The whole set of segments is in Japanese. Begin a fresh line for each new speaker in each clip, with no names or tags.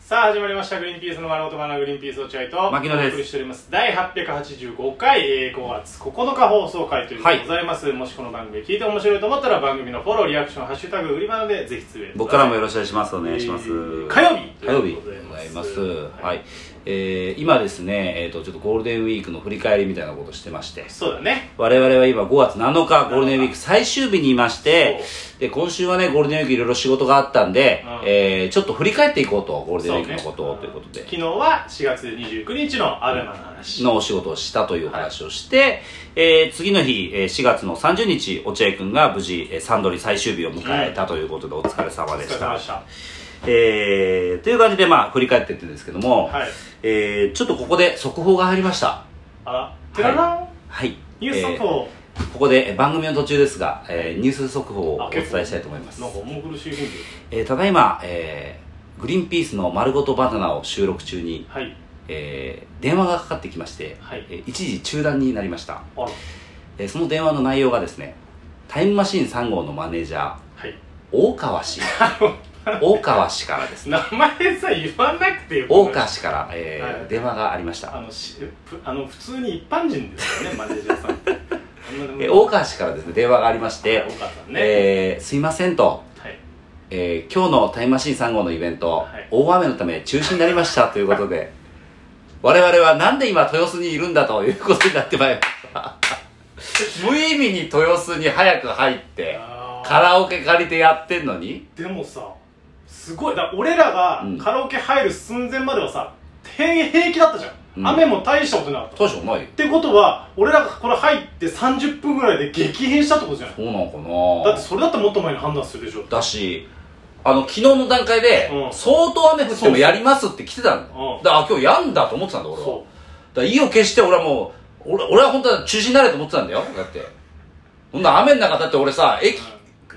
さあ始まりました「グリーンピースの丸ごとバナグリーンピース落合」と
牧野です
お送りしております第885回えー5月9日放送回ということでございます、もしこの番組聞いて面白いと思ったら番組のフォローリアクション「ハッシュタグ売り場」でぜひつぶやいてください
僕からもよろしくお願いしますお願いします、
えー火曜日
火曜日
という
で
ことで
ございます
はい
はい、えー今ですね、えー、とちょっとゴールデンウィークの振り返りみたいなことしてまして
そうだね
我々は今5月7日ゴールデンウィーク最終日にいまして
そ
で今週はねゴールデンウィークいろいろ仕事があったんで、
うん
えーちょっと振り返っていこうとゴールデンウィークのこと
そ
を、
ね
ということで
昨日は4月29日のアベマの話
のお仕事をしたというお話をして、えー次の日、えー4月の30日落合君が無事、えーサンドリ最終日を迎えたということでお疲れ様
お
で
疲
し
れ様
た
でした
えー、という感じでまあ振り返ってってんですけども、
はい
えー、ちょっとここで速報が入りました
あらてららん、
はい
ニュース速報、
えーここでえー番組の途中ですが、えーニュース速報を
あ
お伝えしたいと思います
なんか重苦しい雰囲気
えーただいま、えーグリーンピースの丸ごとバナナを収録中に、
はい
えー電話がかかってきまして、
はい
えー一時中断になりました、
あら
えーその電話の内容がですねタイムマシーン3号のマネージャー
はい
大 川氏大川氏からですね
名前さ言わなくてよ
大川氏から、えー
はい
電話がありました
あのしぷあの普通に一般人ですよねマネージャーさんって
えー大川氏からですね電話がありまして、
大川さんね、
えーすいませんと、
はい
えー今日のタイムマシーン3号のイベント、
はい
大雨のため中止になりましたというこ とで我々はなんで今豊洲にいるんだということになってまいりました無意味に豊洲に早く入って
あー
カラオケ借りてやってんのに
でもさすごいだ俺らが
うん
カラオケ入る寸前まではさ、天平気だったじゃん、
うん
雨も大したことなかったっ
大したことないよ
てことは俺らがこれ入って30分ぐらいで激変したってことじゃない
そうなのか
だっ
な
てそれだってもっと前に判断するでしょ
だしあの昨日の段階で、
うん
相当雨降ってもやりますって来てたの
うん
だからあ今日やんだと思ってたんだ俺は
そ
だから意を決して俺はもう俺俺は本当は中止になれと思ってたんだよだってほんなら雨の中だって俺さ
う
駅
うん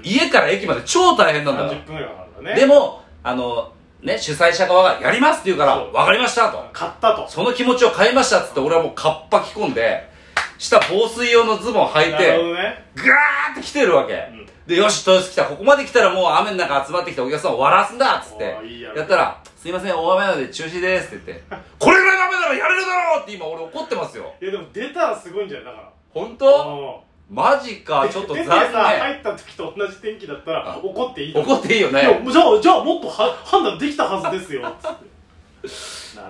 家から駅まで超大変なんだ
30
か
分ぐらいかかるんだ
ら
ね
でもあのね主催者側が「やります」って言うから
そ
「
う
分かりました」と
買ったと
その気持ちを変えましたっつって俺はもうカッパ着込んで下防水用のズボン履い
なるほ
て
どね
ガーって来てるわけ、
ん
でよし豊洲来たここまで来たらもう雨の中集まってきたお客さんを笑わすんだっつって
おーいいや
や
ろ
ったら「すいません大雨なので中止です」って言って「これぐらいの雨ならやれるだろ!」って今俺怒ってますよ
いやでも出たらすごいんじゃないだから
本当
うん
マジかちょっと
出
残
てさ
念
入った時と同じ天気だったら
あ
怒っていいと
怒っていいよ
い
ね
やじゃあじゃあもっとは判断できたはずです よつって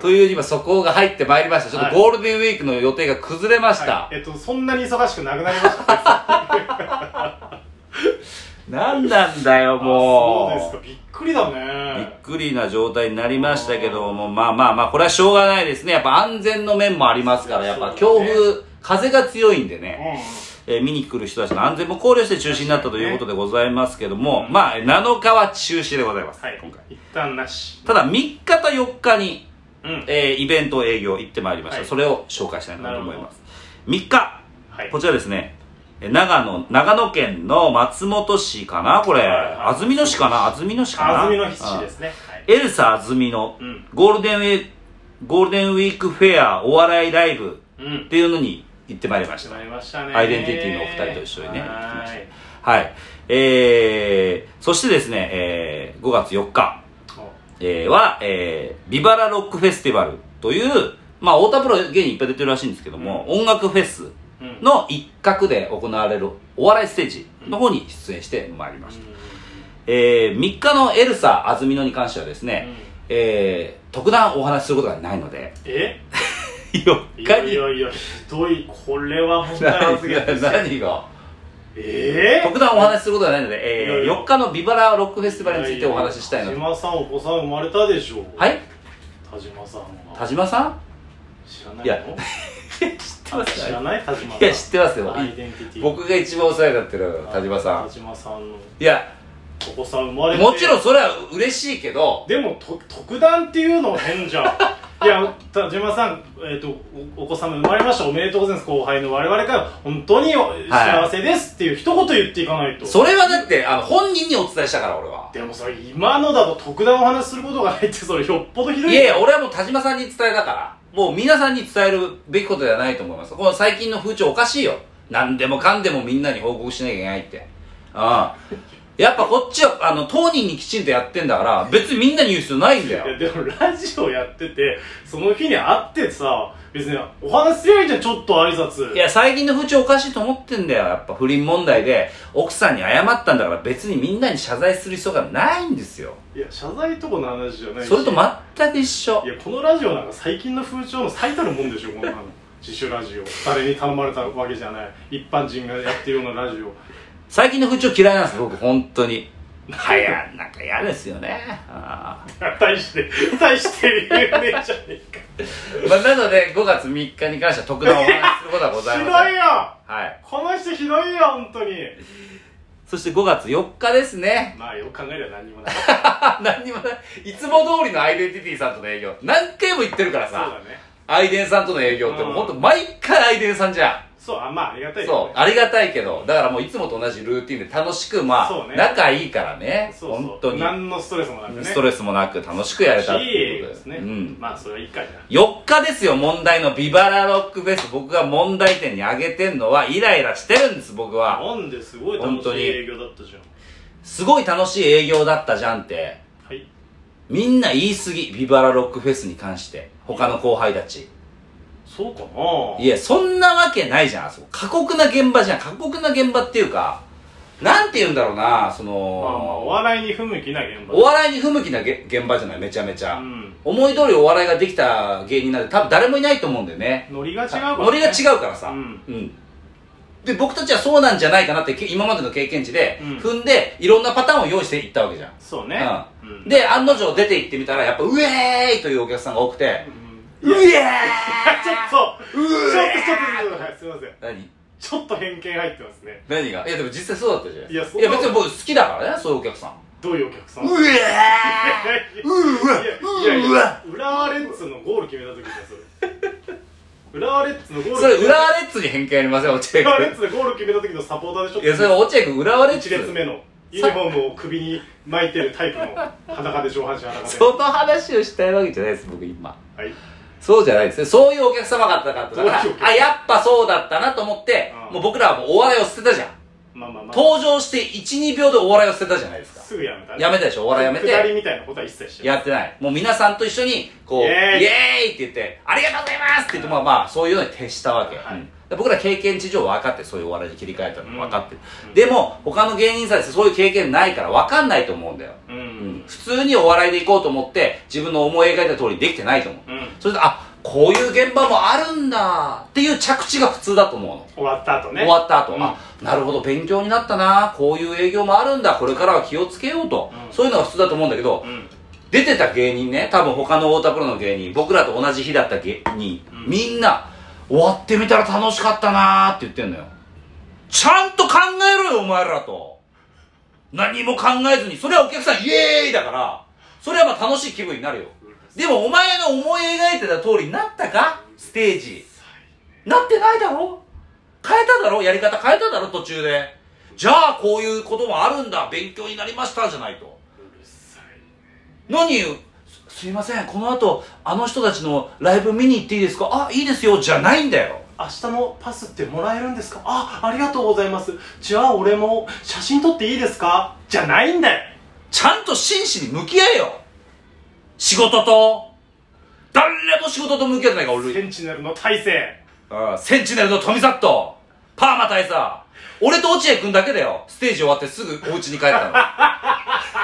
という今速報が入ってまいりましたちょっとゴールデンウィークの予定が崩れました、
はいえっとそんなに忙しくなくなりました
何なんだよ も
あそうですかびっくりだ
びっ
ね
くりな状態になりましたけどもまあまあまあこれはしょうがないですねやっぱ安全の面もありますからやっぱ
そう
強
だね
風、風が強いんでね、
うんうん
えー見に来る人たちの安全も考慮して中止になったということでございますけども、まあ、7日は中止でございます、
はい
今回。
一旦なした
だ、3日と4日に、
うん
えーイベント営業行ってまいりました。
はい
それを紹介したいなと思い
なる
ま
ほ
す。3日、
はい
こちらですね、えー長野、長野県の松本市かなこれ、
はいはい
安曇野市かな安曇野市かな
安曇野必死ですねはい
エルサ安曇野、
うん
ゴールデンウィーク、ゴールデンウィークフェアお笑いライブ
うん
っていうのに行ってまいりまし
始
た。
まりましたね
アイデンティティのお二人と一緒にね行き
は
まし
ーい
はい。えー、そしてですね、えー、5月4日、えー、は、えー、ビバラロックフェスティバルという、まあ、太田プロ芸人いっぱい出てるらしいんですけども、音楽フェス
おうん
の一角で行われるお笑いステージの方に出演してまいりました。えー、3日のエルサ安曇野に関してはです
う
ね、
ん
えー、特段お話しすることがない ので、
え
4
いや
日
い
に、
やいやひどいこれは問題発言です
何
よ
が、何が、
ええ
特段お話しすることがないので、
い
え
やい
ー、
や
4日のビバラロックフェスティバルについてお話ししたいの
田
で、
島さんお子さん生まれたでしょう
はい
田島さんは
田島さん
知らない
いや
の
知
あ知らない田島さん
いや、知ってますよ。
アイデンティティ
僕が一番お世話になってる田島さん
田。島さんの
いや、
お子さん生まれて
もちろんそれは嬉しいけど、
でもと特段っていうのは変じゃん いや田島さん、えっとおお子様生まれましたおめでとうございます後輩の我々から本当にお幸せですっていう一言言っていかないと、
それはだって、あの、本人にお伝えしたから、俺は。
でもそれ今のだと特段お話しすることがないってそれよっぽどひどい
いやいや、俺はもう田島さんに伝えたから、もう皆さんに伝えるべきことではないと思います。この最近の風潮おかしいよ。何でもかんでもみんなに報告しなきゃいけないって。うん。やっぱこっちは、あの、当人にきちんとやってんだから、別にみんなに言う必要ないんだ
いや
よ。
でもラジオやっててその日に会ってさ別にお話しすりゃいいじゃんちょっと挨拶
いや、最近の風潮おかしいと思ってんだよ。やっぱ不倫問題で、奥さんに謝ったんだから別にみんなに謝罪する必要がないんですよ。
いや謝罪とかの話じゃないし
それと全く一緒
い。やこのラジオなんか最近の風潮の最たるもんでしょこんなの自主ラジオ誰に頼まれたわけじゃない一般人がやってるようなラジオ
最近の風潮嫌いなんです僕、本当に。はや、なんか嫌ですよね。あー
大して大して理由ねえじゃねえか
まあ、なので、5月3日に関しては特段お話 しすることはござい
ひ
ま
ど
せん。
いよ
はい。
この人ひどいよ本当に
そして5月4日ですね。
まあよく考えれば何にもないそう
あ何にもない。いつも通りのアイデンティティさんとの営業。何回も言ってるから
だ
さ。
ね
アイデンさんとの営業ってもうほんと毎回アイデンさんじゃん。
そうあまあありがたいよ、
そ
ね、
う。ありがたいけど。だからもういつもと同じルーティンで楽しく、ま
そ
あ、
うね
仲いいからね。
そうそう
本当に。
何のストレスもなくね
ストレスもなく楽しくやれたって
い
い
いう
こ
で
と
す
で。
ね、
うん。
まあそれはいいかじゃ
4日ですよ、問題のビバラロックフェス。僕が問題点に挙げてんのは、イライラしてるんです、僕は。
なんですごい楽
本
し
当
い
に
営業だったじゃん
すごい楽しい営業だったじゃんって。
はい
みんな言い過ぎ、ビバラロックフェスに関して。他の後輩たち。
そうかない
や、そんなわけないじゃん、あそこ。過酷な現場じゃん。過酷な現場っていうか、なんて言うんだろうな、そ
まあまあお
の、
笑いに不向きな現場
お笑いに不向きなげ現場じゃない、めちゃめちゃ。
うん
思い通りお笑いができた芸人なんて多分誰もいないと思うんだよね。
ノリが違うから、ね、
ノリが違うからさ、
うん
で僕たちはそうなんじゃないかなってけ今までの経験値で
うん
踏んで、いろんなパターンを用意していったわけじゃん、
そうね、
うん
うん
で案の定出て行ってみたらやっぱ「ウエーイ!」というお客さんが多くて「ウエーイ!」
ちょっとちょっとちょっとちょっとはいすいません
何
ちょっと偏見入ってますね
何がいやでも実際そうだったじゃん
いやそん
い
な
や別に僕好きだからねそういうお客さん
どういうお客さん
ウエーイうわ
いやいや
うわ
浦和レッズのゴール決めた時だよそれ浦和レッズのゴール
それ
決め
浦和レッズに偏見ありません落合
浦和レッ
君
ズでゴール決めた時のサポーターでしょ
いやそれ落合君浦和レッ
1列
ズ
目のユニフォームを首に巻いてるタイプの裸で上半身裸で
その話をしたいわけじゃないです僕今
はい
そうじゃないですね。そういうお客様方だったから
そういうお客、様
あ、やっぱそうだったなと思って、
うん
もう僕らはもうお笑いを捨てたじゃん。
まあまあまあ
登場して1、2秒でお笑いを捨てたじゃないですか。
すぐやめたね
やめたでしょお笑いやめ
下り
て。
みたいなことは一切してない
やってない。もう皆さんと一緒に、こう、
イ
イ
エーイ
エーイって言って、ありがとうございますって言って、まあまあ、そういうのに徹したわけ。
はい
うんで僕ら経験値上分かって、そういうお笑いに切り替えたの分かってる。
うん
でも、他の芸人さんですそういう経験ないから分かんないと思うんだよ。
うん
うん普通にお笑いで行こうと思って、自分の思い描いた通りできてないと思う。
うん
それで、あ、こういう現場もあるんだっていう着地が普通だと思うの。
終わった後ね
終わった後、
うん
あ、なるほど、勉強になったな、こういう営業もあるんだ、これからは気をつけようと、
うん
そういうのが普通だと思うんだけど、
うん
出てた芸人ね、多分他の太田プロの芸人、僕らと同じ日だった芸人、
うん
みんな、終わってみたら楽しかったなって言ってんのよ。ちゃんと考えろよ、お前らと。何も考えずに、それはお客さん、イエーイだから、それはまあ楽しい気分になるよ。でもお前の思い描いてた通りになったかステージ。なってないだろ変えただろやり方変えただろ途中で。じゃあこういうこともあるんだ。勉強になりましたじゃないと。
うるさい
何すすいません、この後、あの人たちのライブ見に行っていいですかあ、いいですよ、じゃないんだよ。
明日のパスってもらえるんですかあありがとうございますじゃあ俺も写真撮っていいですかじゃないんだよ
ちゃんと真摯に向き合えよ仕事と、誰も仕事と向き合ってないから、俺。
センチネルの体勢
うんセンチネルの富里と、パーマ大佐、俺と落合君だけだよ。ステージ終わってすぐお家に帰った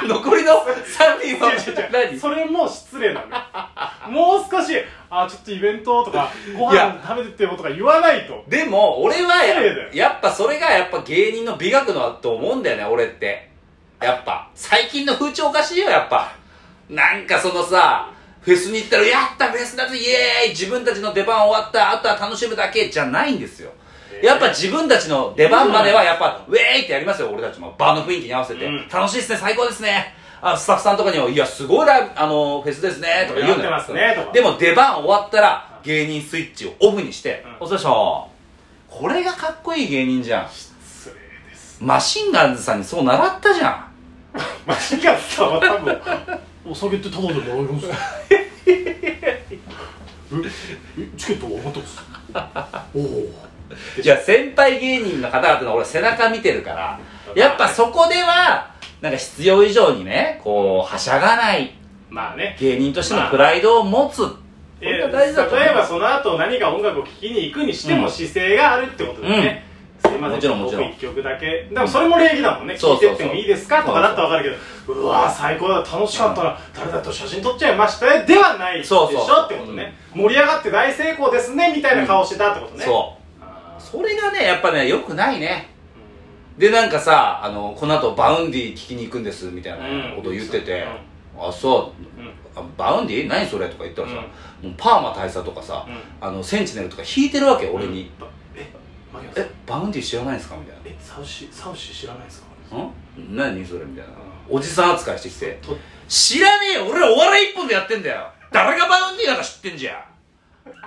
の。 残りの3人は何
それも失礼なのよもう少しあちょっとイベントとかご飯
いや
食べてってよとか言わないと
でも、俺は
失礼だよ
や、やっぱそれがやっぱ芸人の美学のと思うんだよね、俺って。やっぱ、最近の風潮おかしいよ、やっぱ。なんかそのさ、フェスに行ったら、やった、フェスだぜ、イエーイ自分たちの出番終わった、あとは楽しむだけじゃないんですよ。やっぱ自分たちの出番まではやっぱ、ウェーイってやりますよ、俺たちも。場の雰囲気に合わせて。
うん
楽しいですね、最高ですね。あスタッフさんとかにも、いや、すごいライブ、あの、フェスですね、とか言うのよ。
やってますねとか
でも出番終わったら、芸人スイッチをオフにして、
うん
お疲れっしたこれがかっこいい芸人じゃん。
失礼です
マシンガンズさんにそう習ったじゃん。
マジかさんは多分お酒ってタダでもらえるんすかええチケットは余ってますおお
いや、先輩芸人の方々の俺背中見てるから、やっぱそこでは、なんか必要以上にね、こう、はしゃがない
まあね
芸人としてのプライドを持つ。こ
え
れが大事だと思う
例えばその後何か音楽を聴きに行くにして
う
も
ん
姿勢があるってことだよね、すいません
もちろんもちろん
僕一曲だけでもそれも礼儀だもんね
そ
聴
う
い
そうそう
てってもいいですかとかだったら分かるけどうわー最高だ楽しかったな誰だと写真撮っちゃいましたねではないでし
そ
ょ
うそう
ってことね、盛り上がって大成功ですねみたいな顔してたってことね、
そ
あー
う。それがね、やっぱね、良くないね。で、なんかさ、あの、この後バウンディ聞きに行くんです、みたいなことを言ってて、あ、そう、
うんうん
あバウンディ何それとか言ったらさ、もうパーマ大佐とかさ、
う
あの、センチネルとか弾いてるわけよ、
ん
俺に。
え槙野さん
え、バウンディ知らないんですかみたいな。
えサウシサウシ知らないですか
ん何それみたいなおじさん扱いしてきて
と
知らねえよ俺らお笑い一本でやってんだよ誰がバウンディなんか知ってんじゃん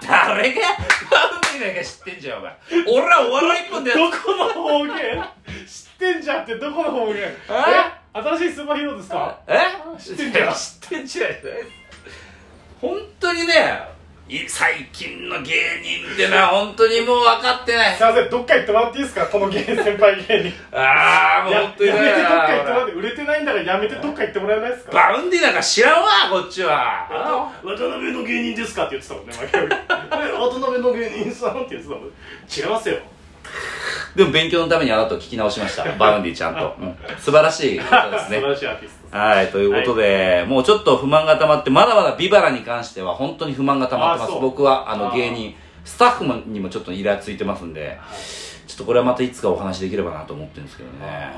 誰がバウンディなんか知ってんじゃんお前俺らお笑い一本でや
どこの方言知ってんじゃんってどこの方言え新しいスーパーヒーローですか
え
知ってんじゃん
知ってんじゃん本当にねい最近の芸人ってのは本当にもう分かってない
すいませんどっか行ってもらっていいですかこの芸先輩芸人
ああもう
や
本当に
やめてどっか行ってもらっ
ね
て売れてないんだからやめてどっか行ってもらえないですか
バウンディなんか知らんわこっちは
渡辺の芸人ですかって言ってたもんね毎回 え渡辺の芸人さんって言ってたもん違いますよ
でも勉強のためにあなたを聞き直しました。バウンディちゃんと。うん素晴らしい方です
素晴
ね。
らしいアーティストさん
はい、ということで、もうちょっと不満が溜まって、まだまだビバラに関しては本当に不満が溜まってま
あ
す。
そう
僕は、あ
あ
の、
ー
芸人、スタッフもにもちょっとイラついてますんで、ちょっとこれはまたいつかお話できればなと思ってるんですけどね。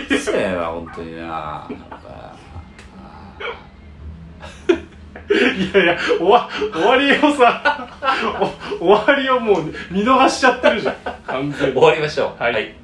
うん。せえな、本当にな。なんか
いやいや終わ終わりを さお終わりをもう見逃しちゃってるじゃん完全に
終わりましょう。
はい